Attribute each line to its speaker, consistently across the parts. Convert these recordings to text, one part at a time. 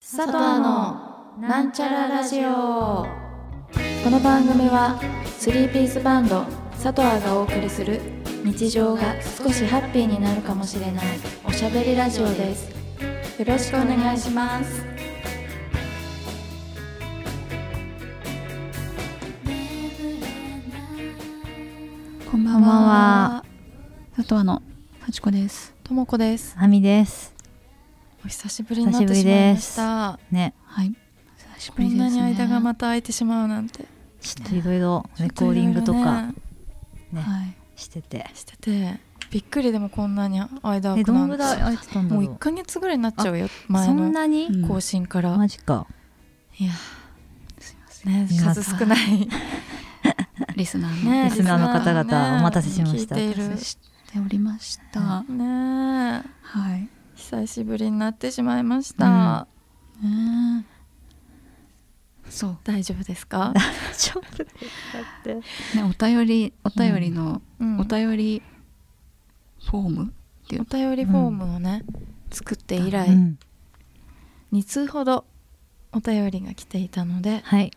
Speaker 1: 佐藤のなんちゃらラジオこの番組はスリーピースバンド佐藤がお送りする日常が少しハッピーになるかもしれないおしゃべりラジオですよろしくお願いします
Speaker 2: こんば
Speaker 1: こ
Speaker 2: ん
Speaker 1: んばん
Speaker 2: は。
Speaker 1: は
Speaker 2: 佐藤のはちこです。
Speaker 1: ともこです
Speaker 3: あみです。
Speaker 1: お久しぶりになってしまいました
Speaker 3: ね、
Speaker 2: はい。久しぶ
Speaker 1: こん
Speaker 2: りです、ね。
Speaker 1: なに間がまた空いてしまうなんて
Speaker 3: ちょっといろいろレ
Speaker 1: ちょ
Speaker 3: コー
Speaker 1: っい
Speaker 3: ディ
Speaker 1: ろい
Speaker 3: ン
Speaker 1: ろ
Speaker 3: グとか
Speaker 1: ね
Speaker 2: はい。
Speaker 3: してて。
Speaker 1: しててびっくりでもこんなに間
Speaker 3: え、
Speaker 1: 空く
Speaker 3: ど
Speaker 1: なんん
Speaker 3: ぐ
Speaker 1: て
Speaker 3: らい空いてたんだ
Speaker 1: も
Speaker 3: ろ
Speaker 1: う
Speaker 3: う。
Speaker 1: 1ヶ月ぐらいになっちゃうよ
Speaker 3: そ
Speaker 1: 前
Speaker 3: ん
Speaker 1: の
Speaker 3: なに、
Speaker 2: うん
Speaker 1: 更新から、
Speaker 3: マジか。
Speaker 1: いや
Speaker 2: すいません。
Speaker 1: ね
Speaker 3: 皆さ
Speaker 1: 数
Speaker 3: ん
Speaker 1: 少ない
Speaker 2: リスナー
Speaker 1: ね
Speaker 2: ね
Speaker 3: リスナーの方々お待たせしました
Speaker 1: 聞いている
Speaker 2: しておりました。
Speaker 1: ねえ
Speaker 2: はい。
Speaker 1: 久しぶりになってしまいました、
Speaker 2: うん。そう。
Speaker 1: 大丈夫で すか、
Speaker 3: 大丈夫だって。
Speaker 2: ね、お便り、お便りの、
Speaker 1: うん
Speaker 2: お便りフォームっていう
Speaker 1: お便りフォームをね、作って以来
Speaker 3: うん
Speaker 1: 2通ほどお便りが来ていたので
Speaker 3: はい、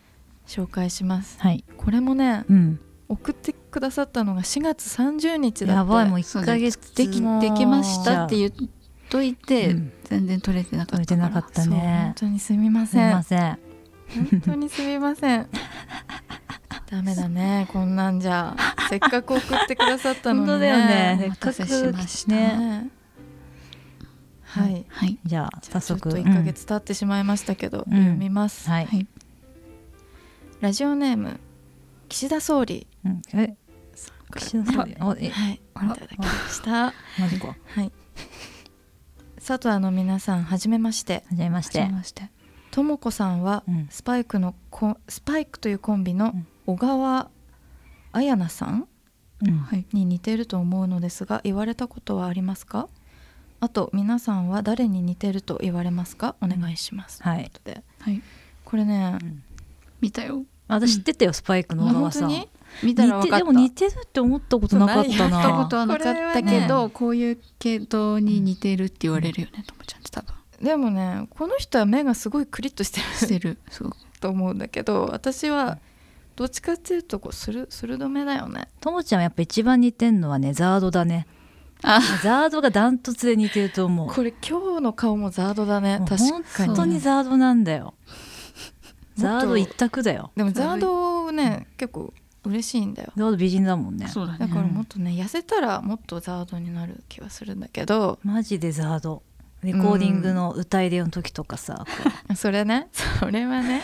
Speaker 1: 紹介します
Speaker 3: はい、
Speaker 1: これもね
Speaker 3: うん。
Speaker 1: 送ってくださったのが4月30日だって
Speaker 3: やばい、もう
Speaker 2: そ
Speaker 3: 一
Speaker 2: う
Speaker 3: ヶ
Speaker 2: で
Speaker 3: 月
Speaker 2: すでき
Speaker 1: もう
Speaker 2: できましたって言っといて、
Speaker 3: うん
Speaker 2: 全然取れてなか
Speaker 3: 取れ
Speaker 2: ったか
Speaker 3: て
Speaker 2: ら
Speaker 3: なかった
Speaker 1: そう
Speaker 3: ね
Speaker 1: 本。当にすみますせ
Speaker 3: み
Speaker 1: ん
Speaker 3: ません。
Speaker 1: 本当にすみませんダメだねこんなんじゃせっかく送ってくださったの
Speaker 3: 本
Speaker 1: に、ね、
Speaker 3: 当だよね。
Speaker 2: お待たせしました
Speaker 3: ね。
Speaker 1: ねはい
Speaker 2: はい
Speaker 3: じゃあ、早
Speaker 1: ちょっ
Speaker 3: 速。
Speaker 1: と
Speaker 3: うん
Speaker 1: 1ヶ月経ってしまいましたけど、
Speaker 3: うん
Speaker 1: 読みます、
Speaker 3: はい。
Speaker 2: はい
Speaker 1: ラジオネーム岸田総理
Speaker 3: うんえ、岸田さん、お、え、
Speaker 1: はいい
Speaker 3: あら
Speaker 1: ただきました
Speaker 3: マジか。は
Speaker 1: はい佐藤の皆さんはじめまして
Speaker 3: じめまし
Speaker 2: はじめ
Speaker 3: て。
Speaker 2: まして
Speaker 1: ともこさんは
Speaker 3: うん
Speaker 1: スパイクのコンスパイクというコンビの小川彩奈さん
Speaker 3: うん
Speaker 2: はい
Speaker 1: に似てると思うのですが言われたことはありますかあと皆さんは誰に似てると言われますかお願いします、
Speaker 3: はい
Speaker 1: ということで
Speaker 2: はい
Speaker 1: これね
Speaker 3: うん
Speaker 2: 見たよ
Speaker 3: 私知ってたよ、スパイクの小川
Speaker 1: 本
Speaker 3: さ
Speaker 1: 当
Speaker 3: ん。
Speaker 1: に
Speaker 2: 見た
Speaker 3: 似
Speaker 2: ら分
Speaker 3: て
Speaker 2: かっ
Speaker 3: で
Speaker 2: た
Speaker 3: も似てるって思ったことなかった
Speaker 1: な
Speaker 3: な。
Speaker 1: い
Speaker 2: 見たことはなかったけ
Speaker 3: これ
Speaker 2: ど
Speaker 3: は
Speaker 2: こ,、ういう系統に似てるって言われるよねともちゃんって多分
Speaker 1: でもねこの人は目がすごいクリッとして
Speaker 2: し
Speaker 1: る
Speaker 2: てるすごく
Speaker 1: と思うんだけど私はどっちかっていうとこうする鋭めだよね
Speaker 3: ともちゃんはやっぱ一番似てんのはねザードだね
Speaker 2: あ
Speaker 3: ザードがダントツで似てると思う
Speaker 1: これ今日の顔もザードだね
Speaker 3: もう
Speaker 1: 確か
Speaker 3: 本
Speaker 1: に
Speaker 3: 当にザードなんだよ
Speaker 1: と
Speaker 3: ザード一択だよ
Speaker 1: でもザードね結構嬉しいんだよ
Speaker 3: ザード美人だもんね
Speaker 2: そうだ
Speaker 1: だ
Speaker 2: ね
Speaker 1: からもっとね痩せたらもっとザードになる気はするんだけど
Speaker 3: マジでザードレコーディングの歌入れの時とかさ、こ
Speaker 1: それねそれはね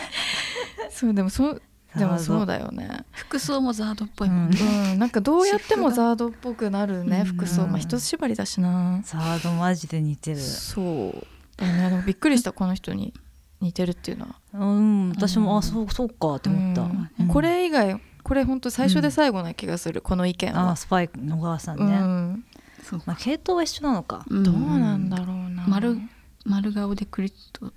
Speaker 1: そうでもそう
Speaker 3: う
Speaker 1: でもそう
Speaker 3: だ
Speaker 1: だよね
Speaker 2: 服装もザードっぽいもん
Speaker 3: う
Speaker 2: ね、
Speaker 1: うんなんかどうやっても
Speaker 2: 私服
Speaker 1: ザードっぽくなるね
Speaker 2: うん
Speaker 1: 服装まあ一縛りだしな
Speaker 3: ザードマジで似てる
Speaker 1: そうだよねでもびっくりしたこの人に似てるっていうのは
Speaker 3: うん私も、
Speaker 2: うん
Speaker 3: あそうそうかって思った、
Speaker 1: うん
Speaker 3: うん
Speaker 1: これ以外これ本当最初で最後な気がするこの意見
Speaker 3: あ
Speaker 1: は
Speaker 3: スパイクの小川さん
Speaker 1: う
Speaker 3: ね、
Speaker 1: ん
Speaker 2: そう
Speaker 3: まあ、系統は一緒なのか、
Speaker 2: うん
Speaker 1: どうなんだろうな
Speaker 2: 丸丸顔でクリッとし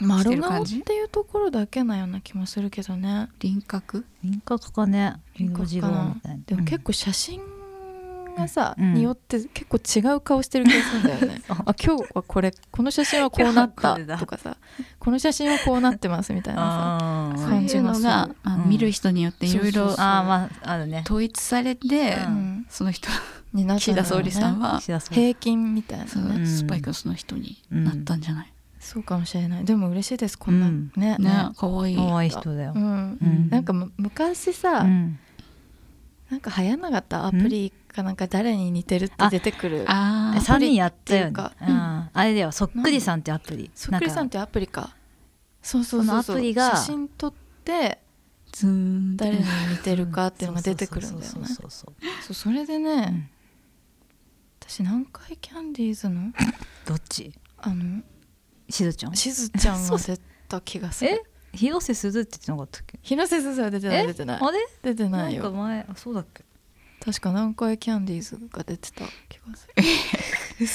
Speaker 2: て
Speaker 1: 丸
Speaker 2: る
Speaker 1: 顔っ
Speaker 2: 感じ
Speaker 1: ていうところだけなような気もするけどね
Speaker 2: 輪郭
Speaker 3: 輪郭かねリンゴジローみたいな
Speaker 1: でも結構写真がさ、
Speaker 3: うん
Speaker 1: によって結構違う顔してる気がするんだよね
Speaker 3: そう
Speaker 1: あ今日はこれこの写真はこうなっ
Speaker 3: 今日は
Speaker 1: た
Speaker 3: これだ
Speaker 1: とかさこの写真はこうなってますみたいな
Speaker 3: あー
Speaker 1: そ
Speaker 2: そうう
Speaker 1: 感
Speaker 2: い
Speaker 1: じ
Speaker 2: う
Speaker 1: が
Speaker 2: の
Speaker 1: する
Speaker 2: が、まあ
Speaker 3: うん
Speaker 2: 見る人によっていろい
Speaker 1: そう
Speaker 2: ろ
Speaker 1: そう
Speaker 3: あーまああるね
Speaker 2: 統一されて、
Speaker 1: さ、
Speaker 3: う
Speaker 1: うん、
Speaker 2: その人
Speaker 1: になったん
Speaker 2: 岸
Speaker 1: だ
Speaker 2: 田
Speaker 1: ろう
Speaker 2: 総
Speaker 1: ね
Speaker 2: 理さんは
Speaker 3: 岸田総理
Speaker 1: 平均みたいなね
Speaker 2: そ
Speaker 1: そうう
Speaker 3: うん
Speaker 2: スパイクのその人になったんじゃない、
Speaker 1: かもしれないでも嬉しいですこんな、
Speaker 3: うん
Speaker 1: ね
Speaker 2: ねかわいい
Speaker 3: 可愛い人だよ
Speaker 1: う。ん
Speaker 3: うん
Speaker 1: なんかむ昔さ、
Speaker 3: うん
Speaker 1: なんか流行んなかったアプリかなんか誰に似てるって出てくる
Speaker 2: あ
Speaker 3: え
Speaker 2: あ
Speaker 3: 三人やったよ
Speaker 1: アプ
Speaker 3: ね。
Speaker 1: リっていううか
Speaker 3: んあれだよ、そっくりさんってアプリ。
Speaker 1: そっくりさんっ
Speaker 3: なんか
Speaker 1: てアプリかそうそうそ
Speaker 3: そ
Speaker 1: うそう
Speaker 3: のアプリが
Speaker 1: 写真撮って
Speaker 2: ズーン
Speaker 1: 誰に似てるかっていうのが出てくるんだよね
Speaker 3: そうそうそうそう
Speaker 1: そうそれでね、私何回キャンディーズの
Speaker 3: どっち？
Speaker 1: あの
Speaker 3: しずちゃん。
Speaker 1: しずちゃん
Speaker 3: そ
Speaker 1: が
Speaker 3: う
Speaker 1: 出た気がす
Speaker 3: え
Speaker 1: る？
Speaker 3: 広瀬すずって言ってなかったっけ？
Speaker 1: 広瀬すずは出てない
Speaker 3: え
Speaker 1: 出てない
Speaker 3: あれ？
Speaker 1: 出て
Speaker 3: な
Speaker 1: ない
Speaker 3: んか
Speaker 1: よ
Speaker 3: 前、あそうだっけ？
Speaker 1: 確か何回キャンディーズが出てた気がする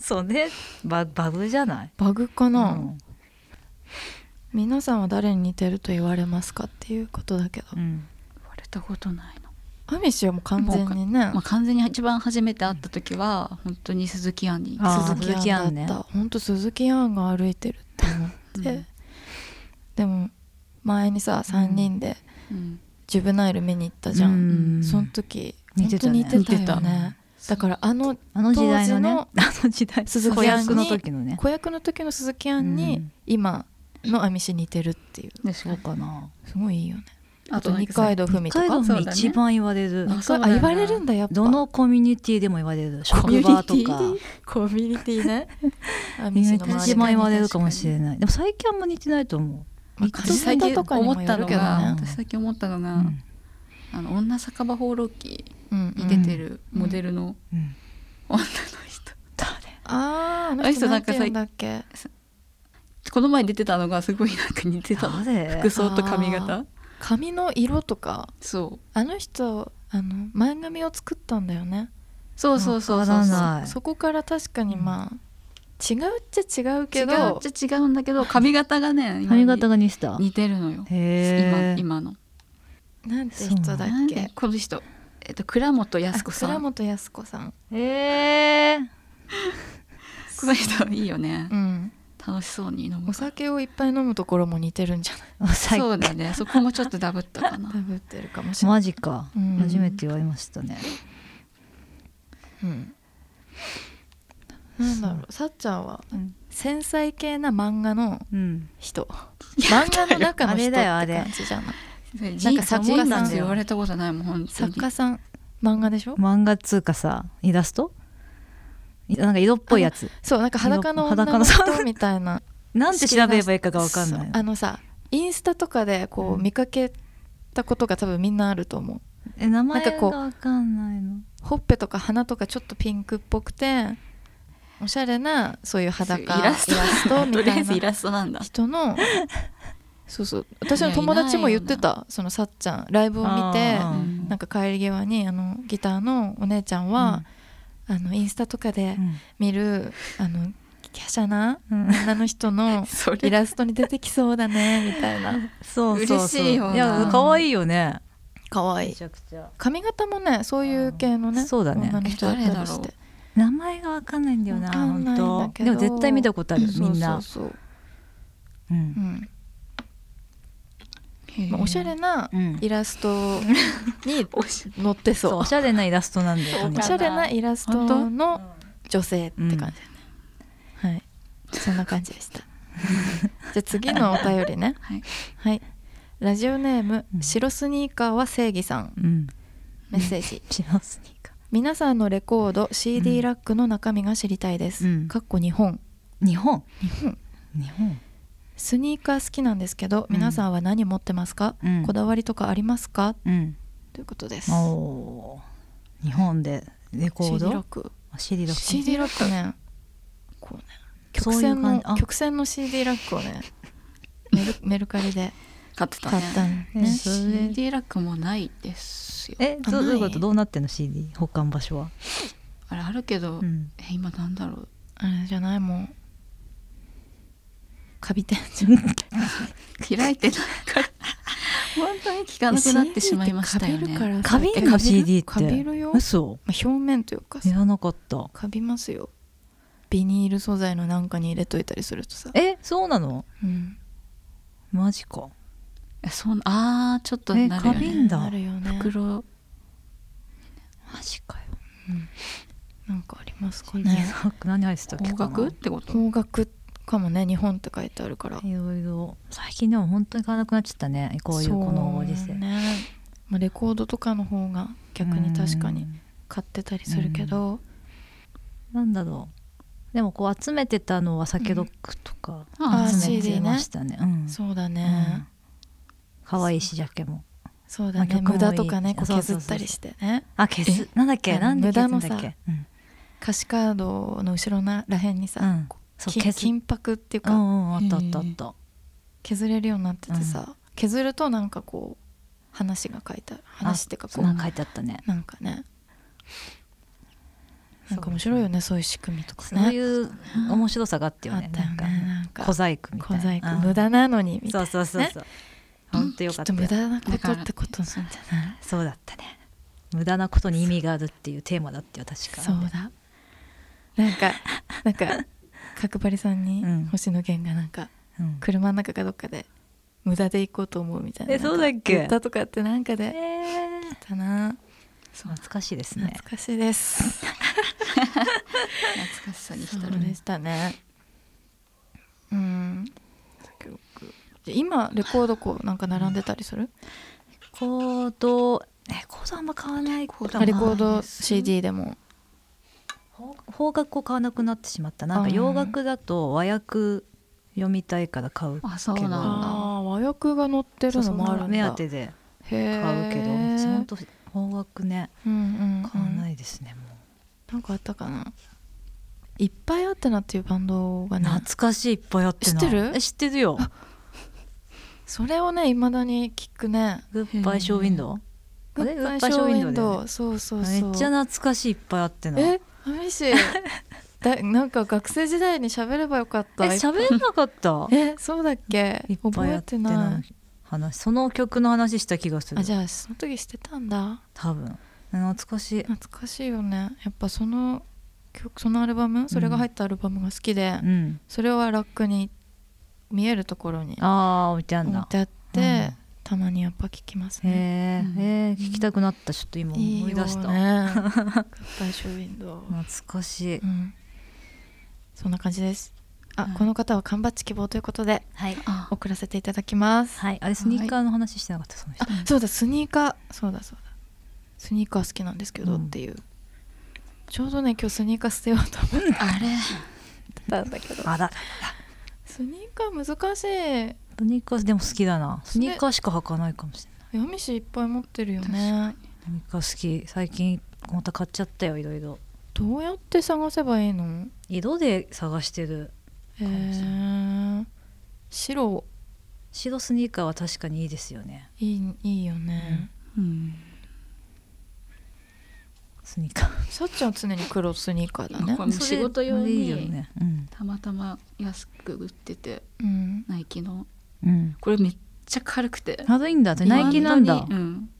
Speaker 3: そうね、ババグじゃない？
Speaker 1: バグかな、
Speaker 3: うん
Speaker 1: 皆さんは誰に似てると言われますかっていうことだけど、
Speaker 3: うん。
Speaker 2: 言われたことないの、
Speaker 1: アミシはもう完全にね
Speaker 2: まあ、完全に一番初めて会った時は本当に鈴木杏に
Speaker 3: あー
Speaker 1: 鈴木アン
Speaker 3: 鈴
Speaker 1: だった
Speaker 3: 木アン
Speaker 1: 本当鈴木アンが歩いてるっと思って、
Speaker 2: うん
Speaker 1: でも前にさ3人で
Speaker 2: うん
Speaker 1: ジュブナイル見に行ったじゃん、
Speaker 3: うん
Speaker 1: その時
Speaker 3: 似てたね
Speaker 1: 本当似てたよ
Speaker 3: 似て
Speaker 1: ねだからあの
Speaker 3: あの時代のね
Speaker 1: 当
Speaker 3: あの時代
Speaker 1: 鈴木
Speaker 3: 子
Speaker 1: 杏に
Speaker 3: 役の時のね
Speaker 1: 子役の時の鈴木杏
Speaker 3: う
Speaker 1: に
Speaker 3: ん
Speaker 1: 今のアミシ似てるっていう
Speaker 2: でしょ
Speaker 3: かな
Speaker 1: すごいいいよねあ
Speaker 2: あ
Speaker 1: と
Speaker 2: と
Speaker 1: 二
Speaker 2: 二
Speaker 1: 階
Speaker 2: 回
Speaker 1: 堂ふみと
Speaker 3: 北海道
Speaker 1: か
Speaker 2: そう
Speaker 3: に
Speaker 2: だね
Speaker 3: 一番言われる
Speaker 2: あ
Speaker 1: 二階
Speaker 2: そう
Speaker 1: あ
Speaker 2: なんだ
Speaker 1: 言われるんだやっぱ
Speaker 3: どのコミュニティでも言われる
Speaker 1: コ
Speaker 3: 職
Speaker 1: ミュ
Speaker 3: 場
Speaker 1: ニテ
Speaker 3: と
Speaker 1: ィ
Speaker 3: か
Speaker 1: コミュニティねアミシの周
Speaker 3: 一
Speaker 1: り
Speaker 3: 番言われるかもしれないでも最近あんま似てないと思
Speaker 1: まあ
Speaker 2: 私
Speaker 1: 髪
Speaker 2: 最
Speaker 1: 型
Speaker 2: 近
Speaker 1: とかにも
Speaker 2: 思っ
Speaker 1: よ
Speaker 2: た
Speaker 1: る
Speaker 2: の
Speaker 1: けど
Speaker 2: が、
Speaker 1: ね
Speaker 3: うん
Speaker 2: 私最近思ったの
Speaker 3: う、
Speaker 2: が、
Speaker 3: うん
Speaker 2: あの女酒場放浪記
Speaker 1: うん
Speaker 2: に出てるモデルの
Speaker 3: うん、
Speaker 2: 女の人、
Speaker 1: あーあ
Speaker 2: あ
Speaker 1: の
Speaker 2: の
Speaker 1: 人
Speaker 2: 人
Speaker 1: な
Speaker 2: なんん
Speaker 1: か
Speaker 2: か
Speaker 1: さ
Speaker 2: さ
Speaker 1: だっけ
Speaker 2: この前出てたのがすごいなんか似てたの
Speaker 3: 誰
Speaker 2: 服装と髪型
Speaker 1: 髪の色とか
Speaker 2: そう
Speaker 1: あの人あの前髪を作ったんだよね
Speaker 2: そうそうそうそ
Speaker 3: わ
Speaker 2: う
Speaker 3: か
Speaker 2: そ
Speaker 3: ら
Speaker 2: う
Speaker 3: ない
Speaker 1: そこから確かにまあ違うっちゃ違うけ
Speaker 2: 違
Speaker 1: ど
Speaker 2: うっちゃ違うんだけど髪型がね今
Speaker 3: 髪型が似てた
Speaker 2: 似てるのよ
Speaker 3: へ
Speaker 2: 今
Speaker 3: え
Speaker 2: 今の
Speaker 1: なんて人だっ
Speaker 2: なん
Speaker 1: け
Speaker 2: でこの人えっと倉本
Speaker 1: あ
Speaker 2: 靖子さ
Speaker 1: 倉
Speaker 2: ん
Speaker 1: 本靖子さん
Speaker 3: へえ
Speaker 2: この人いいよね
Speaker 1: うん
Speaker 2: 楽しそうに飲む
Speaker 1: お酒をいっぱい飲むところも似てるんじゃない
Speaker 2: そうだねそこもちょっとダブったかな
Speaker 1: ダブってるかもしれない、
Speaker 3: マジか、
Speaker 1: うん
Speaker 3: 初めて言われましたね
Speaker 1: うん、なんだろうさっちゃんは
Speaker 3: うん、
Speaker 1: 繊細系な漫画の人
Speaker 2: や
Speaker 1: 漫画の中の
Speaker 3: あ
Speaker 1: 人って
Speaker 3: れだよあれ
Speaker 1: 感じじゃない
Speaker 2: なん
Speaker 1: なんか
Speaker 2: か
Speaker 1: 作
Speaker 2: 作
Speaker 1: 家さん
Speaker 2: 家さんって言われたことないもん本当に
Speaker 1: 作家さん漫画でしょ
Speaker 3: 漫画つうかさイラストいなんか色っぽいやつ
Speaker 1: そうなんか裸の女
Speaker 3: 裸
Speaker 1: の
Speaker 3: の
Speaker 1: 人みたいな
Speaker 3: なんて調べればいいかがわかんな
Speaker 1: そ
Speaker 3: いう
Speaker 1: あのさインスタとかでこう見かけたことが多分みんなあると思う
Speaker 3: え名前
Speaker 1: なんか
Speaker 3: が
Speaker 1: こう
Speaker 3: わかんないの
Speaker 1: ほっぺとか鼻とかちょっとピンクっぽくておしゃれなそういう裸
Speaker 2: イラスト
Speaker 1: イラストみ
Speaker 2: とり
Speaker 1: た
Speaker 2: あえ
Speaker 1: い
Speaker 2: ずイ
Speaker 1: な
Speaker 2: ラストなんだ
Speaker 1: 人のそうそう私の友達も言ってたそのさっちゃんライブを見て
Speaker 3: あー
Speaker 2: うん
Speaker 1: なんか帰り際にあのギターのお姉ちゃんは、あのインスタとかで見る、あの華奢な
Speaker 3: うん
Speaker 1: 女の人の
Speaker 2: そ
Speaker 1: イ
Speaker 2: れ
Speaker 1: ラストに出てきそうだねみたいな
Speaker 3: そうそうそう
Speaker 2: 嬉しいよない
Speaker 3: や可愛いよね
Speaker 1: 可愛い
Speaker 3: ゃくちゃ
Speaker 1: 髪型もねそういう系のね
Speaker 3: あーそうだね
Speaker 1: 女の人だったりし
Speaker 2: え誰だろ
Speaker 1: て
Speaker 3: 名前がわかんないんだよな
Speaker 1: わかんないんだ
Speaker 3: 本
Speaker 1: け
Speaker 3: 当
Speaker 1: ど
Speaker 3: でも絶対見たことあるみんな
Speaker 1: そうそう
Speaker 3: う
Speaker 1: そううんんまあおしゃれな
Speaker 3: うん
Speaker 1: イラストに
Speaker 2: おし
Speaker 1: 載っ て
Speaker 3: そう
Speaker 1: そう
Speaker 3: おしゃれなイラストなんだよ
Speaker 2: そう
Speaker 1: お
Speaker 3: ね
Speaker 1: しゃれなイラストの女性って感じだね、はいそんな感じでした じゃあ次のお便りね
Speaker 2: はい
Speaker 1: はいラジオネーム
Speaker 3: うん
Speaker 1: 白スニーカーは正義さん
Speaker 3: うん
Speaker 1: メッセージ
Speaker 3: しますにか
Speaker 1: 皆さんのレコード
Speaker 3: う
Speaker 1: CD
Speaker 3: ん
Speaker 1: ラックの中身が知りたいです、
Speaker 3: うん
Speaker 1: かっこ日本
Speaker 3: 日本
Speaker 1: 日本
Speaker 3: 日本
Speaker 1: スニーカー好きなんですけど皆さんは何持ってますか、
Speaker 3: うん
Speaker 1: こだわりとかありますか
Speaker 3: うん
Speaker 1: ということです
Speaker 3: おー日本でレコー
Speaker 1: CD ラッ
Speaker 3: ド
Speaker 1: ク
Speaker 3: あ CD ロック
Speaker 1: CD ラックねこうね
Speaker 3: そ
Speaker 1: 曲
Speaker 3: ういう
Speaker 1: 線の
Speaker 3: 感じあ
Speaker 1: 曲線の CD ラックをねメルメルカリで
Speaker 2: 買ってた
Speaker 1: 買
Speaker 2: ね
Speaker 1: ったん
Speaker 3: え
Speaker 1: ね
Speaker 3: ーそれ
Speaker 2: CD ラックもないですよ
Speaker 3: え
Speaker 1: あ
Speaker 3: どどういうこ
Speaker 1: ない
Speaker 3: とどうなってんの CD 保管場所は、
Speaker 2: あれあるけど、
Speaker 3: うん、
Speaker 2: え今なんだろう
Speaker 1: あれじゃないもんカビてんじゃん
Speaker 2: 開いてないから 本当に聞かなくなってしまいましたよね
Speaker 1: カビるからさ
Speaker 3: カビん
Speaker 1: え
Speaker 3: の CD って
Speaker 1: カビるよ、まあ、
Speaker 3: 嘘
Speaker 1: 表面というか
Speaker 3: 知
Speaker 1: さ
Speaker 3: らなかった
Speaker 1: カビますよビニール素材のなんかに入れといたりするとさ、
Speaker 3: えそうなの
Speaker 1: うん、
Speaker 3: マジか
Speaker 2: えそんあーちょっとなるよ
Speaker 3: えカビ
Speaker 2: ね
Speaker 3: んだ
Speaker 1: なるよね
Speaker 2: 袋
Speaker 3: マジかよ
Speaker 1: なんかありますか
Speaker 3: CD
Speaker 1: ね
Speaker 3: なんか何入ってたっけ
Speaker 2: 方
Speaker 3: か
Speaker 2: 角っ
Speaker 3: な
Speaker 2: てこと
Speaker 1: 方角かもね日本って書いてあるから
Speaker 3: いろいろ最近でも本当に買わなくなっちゃったねこういうこのご時
Speaker 1: そ
Speaker 3: 世
Speaker 1: うねまあ、レコードとかの方が逆に確かに買ってたりするけど
Speaker 3: なんだろうでもこう集めてたのは酒ロックとか
Speaker 1: あー
Speaker 2: ー
Speaker 3: 集め
Speaker 1: CD ね
Speaker 3: てましたねうん
Speaker 1: そうだ
Speaker 3: う
Speaker 1: ね
Speaker 3: ん、可愛いしジャケも
Speaker 1: そうだ
Speaker 3: まあ
Speaker 1: ね
Speaker 3: 曲もいい
Speaker 1: 無駄とかねこう
Speaker 3: そうそ
Speaker 1: 削
Speaker 3: うそう
Speaker 1: ったりしてね
Speaker 3: あ消すなんだっ
Speaker 1: あ
Speaker 3: け
Speaker 1: の
Speaker 3: なんで消すん
Speaker 1: 無
Speaker 3: だ
Speaker 1: 駄
Speaker 3: っ
Speaker 1: のさ
Speaker 3: けうん
Speaker 1: 歌詞カードの後ろならへんにさ、
Speaker 3: うんそう
Speaker 1: き
Speaker 3: 消す
Speaker 1: 金箔っていう
Speaker 3: う
Speaker 1: か、
Speaker 3: んうんあったあったあった
Speaker 1: 削れるようになっててさ、削るとなんかこう話が書いてある話っていうかこ
Speaker 3: そううな
Speaker 1: なんん
Speaker 3: か書いてあったね
Speaker 1: かねなんか面白いよねそういう仕組みとかね
Speaker 3: そういう面白さがあったよ
Speaker 1: あ
Speaker 3: ね
Speaker 1: ったよ
Speaker 3: なんか
Speaker 1: ねなんか
Speaker 3: 小細工みた
Speaker 1: 小
Speaker 3: いな
Speaker 1: 細工
Speaker 3: うん
Speaker 1: 無駄なのにみたい
Speaker 3: そ
Speaker 1: な
Speaker 3: うそうそう そう本当よか
Speaker 1: きっ
Speaker 3: った
Speaker 1: と
Speaker 3: よ
Speaker 1: 無駄なことってことなんじゃない
Speaker 3: そうだったね無駄なことに意味があるっていうテーマだってよ確か
Speaker 1: そうだなんかなんか角張りさんに
Speaker 3: うん
Speaker 1: 星野源がなんか
Speaker 3: うん
Speaker 1: 車の中かどっかで無駄で行こうと思うみたいな
Speaker 3: えそうだっけ
Speaker 1: なんか言ったとかってなんかで
Speaker 3: えー
Speaker 1: だな
Speaker 3: そう懐かしいですね
Speaker 1: 懐かしいです、
Speaker 2: 懐かしさに浸
Speaker 1: そ
Speaker 2: る
Speaker 1: う
Speaker 2: ね
Speaker 1: でしたねうんじゃあ今レコードこうなんか並んでたりする、
Speaker 3: コードえコードあんま買わないかな
Speaker 1: レコード CD でも
Speaker 3: 邦邦楽を買わなくなってしまったなんか
Speaker 1: うん
Speaker 3: 洋楽だと和訳読みたいから買う
Speaker 2: あそう
Speaker 3: けど
Speaker 2: なんだ
Speaker 1: あー和訳が載って
Speaker 3: そ
Speaker 1: る
Speaker 3: うそ
Speaker 1: のもある
Speaker 3: の
Speaker 1: んだ
Speaker 3: 目当てで
Speaker 1: へー
Speaker 3: 買うけどちゃんと邦楽ね
Speaker 1: うんうんうん
Speaker 3: 買わないですねも
Speaker 1: なんかあったかないっぱいあってなっていうバンドが
Speaker 3: う
Speaker 1: ね
Speaker 3: 懐かしいいっぱいあってな
Speaker 1: 知ってる
Speaker 3: え知ってるよ
Speaker 1: それをねいまだに聞くね
Speaker 3: グッバイショーウィンドウあれ
Speaker 1: グッバイショーウィン
Speaker 3: グッ
Speaker 1: ド
Speaker 3: バ
Speaker 1: ウそうそう
Speaker 3: めっ
Speaker 1: そう
Speaker 3: ちゃ懐かしいいっぱいあってなえ
Speaker 1: え寂しい だなんか学生時代に喋ればよかった
Speaker 3: 喋んなか った
Speaker 1: えそうだっけ
Speaker 3: いっぱ
Speaker 1: 覚
Speaker 3: いあ
Speaker 1: え
Speaker 3: って
Speaker 1: てな
Speaker 3: ない話その曲の話した気がする
Speaker 1: あじゃあその時してたんだ
Speaker 3: 多分懐かしい
Speaker 1: 懐かしいよねやっぱその曲そのアルバムそれが入ったアルバムが好きで、
Speaker 3: うん
Speaker 1: それはラックに見えるところに
Speaker 3: ああ置いてあん
Speaker 1: 置い
Speaker 3: だ
Speaker 1: てあって、
Speaker 3: うん
Speaker 1: たまにやっぱ聞きますね
Speaker 3: へ
Speaker 1: うん
Speaker 3: えへえ聞きたくなったちょっと今思い出した
Speaker 1: い いよねグッバイショーウィンドウ、
Speaker 3: 懐かしい
Speaker 1: うん、そんな感じですあ、
Speaker 3: はい
Speaker 1: この方は缶バッジ希望ということで
Speaker 3: はい
Speaker 2: あ
Speaker 1: 送らせていただきます、
Speaker 3: はいあれスニーカーの話してなかったその人
Speaker 1: あそうだスニーカーそうだそうだスニーカー好きなんですけど
Speaker 3: うん
Speaker 1: っていう、ちょうどね今日スニーカー捨てようと 思って
Speaker 2: あれ
Speaker 1: たんだけど
Speaker 3: あら
Speaker 1: スニーカー難しい
Speaker 3: スニーカーでも好きだなスニーカーしか履かないかもしれない
Speaker 1: 夜道いっぱい持ってるよね
Speaker 3: スニーカー好き最近また買っちゃったよいろいろ
Speaker 1: どうやって探せばいいの
Speaker 3: 色で探してる
Speaker 1: えー、白
Speaker 3: 白スニーカーは確かにいいですよね
Speaker 1: いいいいよね、
Speaker 2: うん
Speaker 3: スニーカー
Speaker 1: さっちゃんは常に黒スニーカーだね
Speaker 2: これ仕事用
Speaker 3: それいい
Speaker 2: に
Speaker 3: よねうん
Speaker 2: たまたま安く売ってて
Speaker 1: うん
Speaker 2: ナイキの
Speaker 3: うん
Speaker 2: これめっちゃ軽くて
Speaker 3: 軽いんだってナイキなんだ
Speaker 2: 未にうん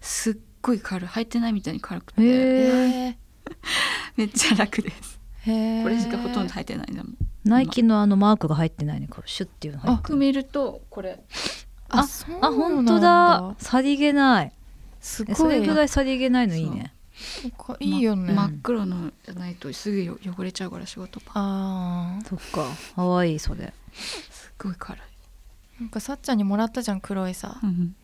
Speaker 2: すっごい軽い履いてないみたいに軽く
Speaker 3: へ
Speaker 2: て
Speaker 3: え
Speaker 1: へ
Speaker 2: めっちゃ楽です
Speaker 1: え
Speaker 2: これしかほとんど履いてないんだもん
Speaker 3: ナイキのあのマークが入ってないねこうシュッっていうの入
Speaker 2: よ
Speaker 3: って
Speaker 2: く見るとこれ
Speaker 1: あ
Speaker 3: あ
Speaker 1: そう
Speaker 3: あ
Speaker 1: な
Speaker 3: 本
Speaker 1: ん
Speaker 3: 当ださりげない
Speaker 1: す
Speaker 3: えそ
Speaker 1: ご
Speaker 3: れ
Speaker 1: い
Speaker 3: ぐらいさりげないのいいね
Speaker 1: そっかいいよね、
Speaker 3: ま
Speaker 2: 真っ黒のじゃないとすぐよ汚れちゃうから仕事パン
Speaker 1: あー
Speaker 3: そっかかわいいそれ
Speaker 2: すっごい軽い、
Speaker 1: なんかさっちゃんにもらったじゃん黒いさ
Speaker 2: うん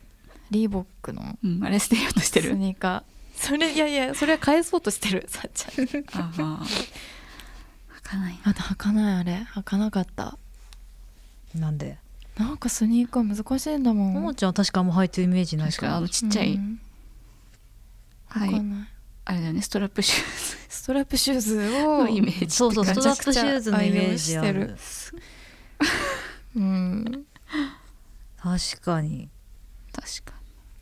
Speaker 1: リーボックの
Speaker 2: うん、あれ捨てようとして
Speaker 1: ス
Speaker 2: る
Speaker 1: ニーカーそれいやいやそれは返そうとしてるさっちゃん
Speaker 2: あまあ履かないな
Speaker 1: あ履かないあれ履かなかった
Speaker 3: なんで
Speaker 1: なんかスニーカー難しいんだもん
Speaker 3: ももちゃんは確かあんま履いてるイメージない
Speaker 2: 確
Speaker 3: から
Speaker 2: かにあのちっちゃい、
Speaker 1: うん
Speaker 2: は
Speaker 1: わか
Speaker 2: い
Speaker 1: んない
Speaker 2: あれだよねストラップシューズ
Speaker 1: ストラップシューズ
Speaker 2: の
Speaker 1: を
Speaker 2: イメージ
Speaker 3: そうそう
Speaker 1: め
Speaker 3: ス
Speaker 1: ち
Speaker 3: トラ
Speaker 1: ゃ
Speaker 3: ッ
Speaker 1: く
Speaker 3: プ
Speaker 1: ち
Speaker 3: シ
Speaker 1: ゃ
Speaker 3: ューズのイメージあ
Speaker 1: 愛
Speaker 3: る
Speaker 1: 用うん
Speaker 3: 確かに、
Speaker 2: 確か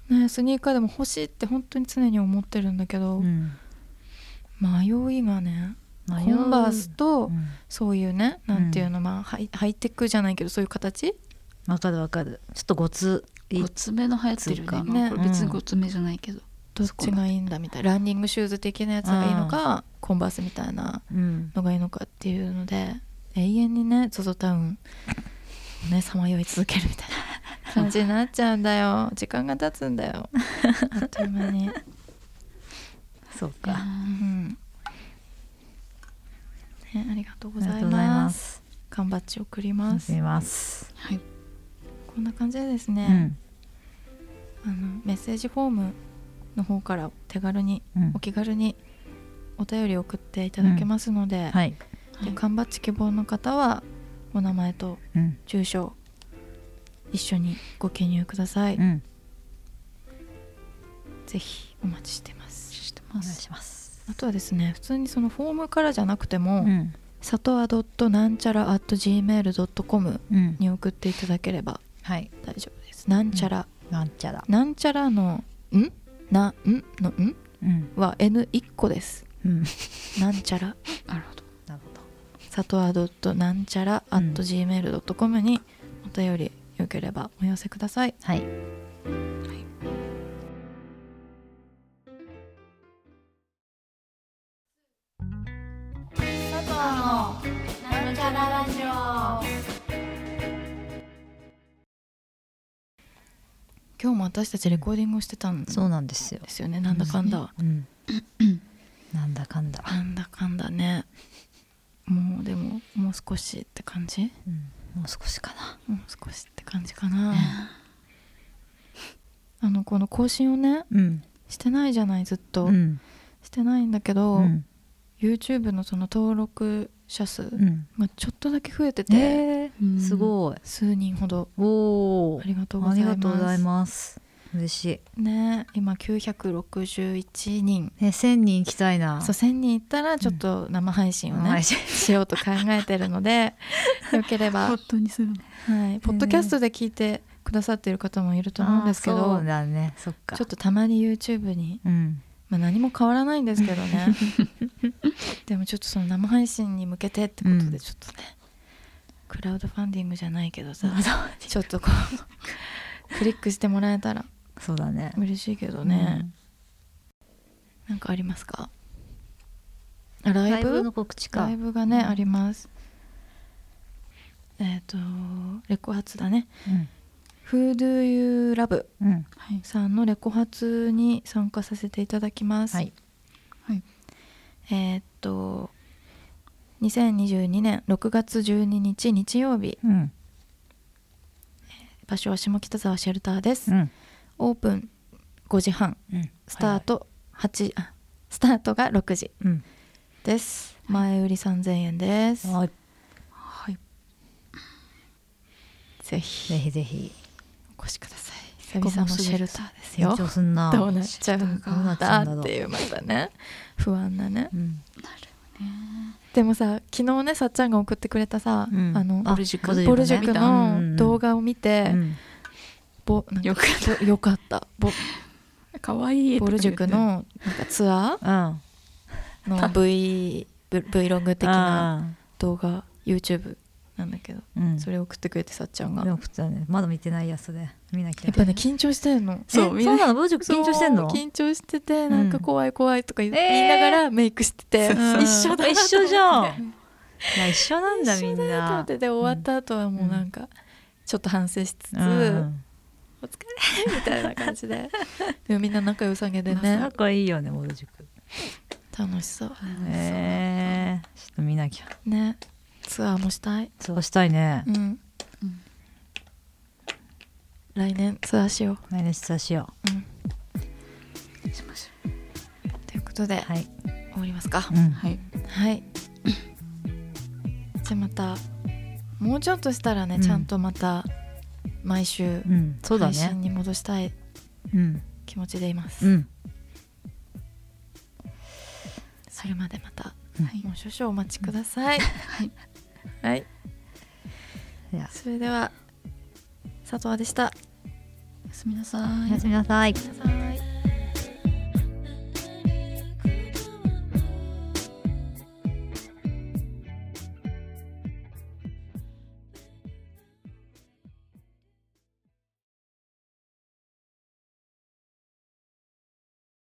Speaker 1: ねスニーカーでも欲しいって本当に常に思ってるんだけど、
Speaker 3: うん、
Speaker 1: 迷いがねコ
Speaker 3: 迷う
Speaker 1: ンバースと、
Speaker 3: うん
Speaker 1: そういうねなんていうの、まあハイハイテクじゃないけどそういう形
Speaker 3: わかるわかるちょっとごつい
Speaker 2: にごつめの流行って
Speaker 3: つう
Speaker 2: るよね
Speaker 3: か
Speaker 2: 今これ
Speaker 3: ね
Speaker 2: 別にごつめじゃないけど、
Speaker 1: どっちがいいんだみたいなランニングシューズ的なやつがいいのかコンバースみたいな
Speaker 3: うん
Speaker 1: のがいいのかっていうので永遠にね ZOZO タウンをねさまよい続けるみたいな感じになっちゃうんだよ時間が経つんだよあっという間に、
Speaker 3: そう
Speaker 1: う
Speaker 3: か
Speaker 1: んね、ありがとう
Speaker 3: あ
Speaker 1: ご
Speaker 3: りがと
Speaker 1: ざいう
Speaker 3: ございま
Speaker 1: ます
Speaker 3: す
Speaker 1: 缶バッジ送り
Speaker 3: ありがとう
Speaker 1: ま
Speaker 3: ご
Speaker 1: す
Speaker 3: ざいます
Speaker 2: はい
Speaker 1: こんな感じでです
Speaker 3: う
Speaker 1: ね、
Speaker 3: ん
Speaker 1: あのメッセージフォームの方から手軽に
Speaker 3: うん
Speaker 1: お気軽にお便り送っていただけますので、
Speaker 3: はい
Speaker 1: で缶バッジ希望の方はお名前と
Speaker 3: うん
Speaker 1: 住所一緒にご記入ください、
Speaker 3: うん
Speaker 1: ぜひお待ちしてます
Speaker 3: お願いします
Speaker 1: あとはですね普通にそのフォームからじゃなくて
Speaker 3: う
Speaker 1: も、
Speaker 3: ん
Speaker 1: さとあなんちゃら .gmail.com
Speaker 3: うん
Speaker 1: に送っていただければ
Speaker 3: はい
Speaker 1: 大丈夫ですなんちゃら、
Speaker 3: なんちゃら
Speaker 1: なんちゃらのんなんのん
Speaker 3: うん
Speaker 1: は N1 個です
Speaker 3: うん
Speaker 1: なんちゃら
Speaker 2: なるほど
Speaker 3: なるほど
Speaker 1: さとあなんちゃら
Speaker 3: うん
Speaker 1: .gmail.com にお便りよければお寄せください
Speaker 3: はい
Speaker 1: なんちゃら今日も私たちレコーディングをしてたんで
Speaker 3: そうなんですよ。
Speaker 1: すよねなんだかんだ、
Speaker 3: うん。なんだかんだ。
Speaker 1: なんだかんだねもうでももう少しって感じ
Speaker 3: うんもう少しかな。
Speaker 1: もう少しって感じかなあのこの更新をね
Speaker 3: うん。
Speaker 1: してないじゃないずっと、
Speaker 3: うん。
Speaker 1: してないんだけど、
Speaker 3: うん。
Speaker 1: YouTube のその登録者数
Speaker 3: うん。
Speaker 1: がちょっとだけ増えてて、
Speaker 3: え
Speaker 2: う
Speaker 3: ー、すごい。
Speaker 1: 数人ほど
Speaker 3: おお
Speaker 1: あ。りがとうご
Speaker 3: あ
Speaker 1: ざ
Speaker 3: り
Speaker 1: います
Speaker 3: がとうございます。嬉しい。
Speaker 1: ね今961人
Speaker 3: ね、千人行きたいな。
Speaker 1: そう1000人いったらちょっと生配信をね、
Speaker 3: はいし
Speaker 1: しようと考えてるの でよければ、は
Speaker 2: 当にするの
Speaker 1: い、ポッドキャストで聞いてくださってる方もいると思うんですけ
Speaker 3: あー
Speaker 1: ど、
Speaker 3: そうだね。そっか。
Speaker 1: ちょっとたまに YouTube に、
Speaker 3: うん。
Speaker 1: まあ、何も変わらないんですけど ねでもちょっとその生配信に向けてってこと
Speaker 3: う
Speaker 1: で
Speaker 3: ん
Speaker 1: ちょっとね、クラウドファンディングじゃないけ どさちょっとこうクリックしてもらえたら
Speaker 3: そうだね。
Speaker 1: 嬉しいけどね、なんかありますかあラ
Speaker 3: ラ
Speaker 1: イ
Speaker 3: イ
Speaker 1: ブ
Speaker 3: ブの告知か
Speaker 1: ライ。ブがね、ありますえっ、とレコ発だね「Who Do You Love
Speaker 3: うん。うん。」
Speaker 1: さんのレコ発に参加させていただきます、
Speaker 3: はい。
Speaker 1: えっ、と2022年6月12日日曜日
Speaker 3: うん。
Speaker 1: 場所は下北沢シェルターです、
Speaker 3: うん。
Speaker 1: オープン5時半
Speaker 3: うん。
Speaker 1: スタート8、あスタートが6時
Speaker 3: うん。
Speaker 1: です前売り3000円です
Speaker 3: はい。
Speaker 1: はいぜひ
Speaker 3: ぜひぜひ。
Speaker 1: お越しください久々のシェルターですよ
Speaker 3: 緊張すんな。
Speaker 1: どうなっちゃう
Speaker 3: どうなっ
Speaker 1: ん
Speaker 3: ちゃうんだ
Speaker 1: だ
Speaker 3: ろう
Speaker 1: っていうまたね不安なね
Speaker 3: うん。
Speaker 1: でもさ昨日ねさっちゃんが送ってくれたさ、
Speaker 3: うん
Speaker 1: あの
Speaker 3: ボルジュクね
Speaker 1: ボルジュク
Speaker 3: うんうん
Speaker 1: の動画を見て、
Speaker 3: うん
Speaker 1: ぼなんかよかったよかったぼ
Speaker 2: かわいい
Speaker 1: ボルジュクのなんかツア
Speaker 3: うん。
Speaker 1: ーの V Vlog 的な
Speaker 3: あ
Speaker 1: 動画 YouTube なんだけど、
Speaker 3: ー。うん。
Speaker 1: そ
Speaker 3: れ
Speaker 1: れを送ってくれてさっちゃんが
Speaker 3: で
Speaker 1: や
Speaker 3: も普通だね。まだ見てないやつで。見なきゃ
Speaker 1: っ。ぱね緊張してるの
Speaker 3: えそう
Speaker 1: みんな
Speaker 3: なの。ボルジュク緊張してんの。
Speaker 1: そう緊張しててなんか怖い怖いとか言,、
Speaker 3: うん
Speaker 1: 言いながらメイクしてて、
Speaker 3: うん
Speaker 1: 一緒だなと思って
Speaker 3: 一緒じ ゃん。いや一緒なんだみん
Speaker 1: と思っ
Speaker 3: な。
Speaker 1: てで終わった後はもうなんかちょっと反省しつつ、
Speaker 3: うん。
Speaker 1: お疲れみたいな感じででもみんな仲良さげでね
Speaker 3: 仲いいよねボルジュク。
Speaker 1: 楽しそう
Speaker 3: ええ。ちょっと見なきゃ。
Speaker 1: ねツアーもしたい
Speaker 3: そうしたいね
Speaker 1: う。ん、
Speaker 2: うん
Speaker 1: 来年ツアーしよ
Speaker 3: マイナスさしよ
Speaker 1: う、うん、
Speaker 2: しましょ
Speaker 1: ということで、
Speaker 3: う。はい。
Speaker 1: 終わりますか
Speaker 3: う、ん
Speaker 2: う。はい
Speaker 1: はい じゃあまたもうちょっとしたらね、
Speaker 3: うん
Speaker 1: ちゃんとまた毎
Speaker 3: う
Speaker 1: 週
Speaker 3: ん。そうだ
Speaker 1: 配信
Speaker 3: ね。
Speaker 1: に戻したい
Speaker 3: うん。
Speaker 1: 気持ちでいます、
Speaker 3: うん。
Speaker 1: それまでまた、
Speaker 3: うん
Speaker 2: はい
Speaker 1: もう少々お待ちく ださい、
Speaker 2: はい
Speaker 1: はい
Speaker 3: いや
Speaker 1: それでは佐藤でした
Speaker 2: おやすみなさ
Speaker 3: お
Speaker 2: い
Speaker 3: やすみなさい。
Speaker 1: 皆さん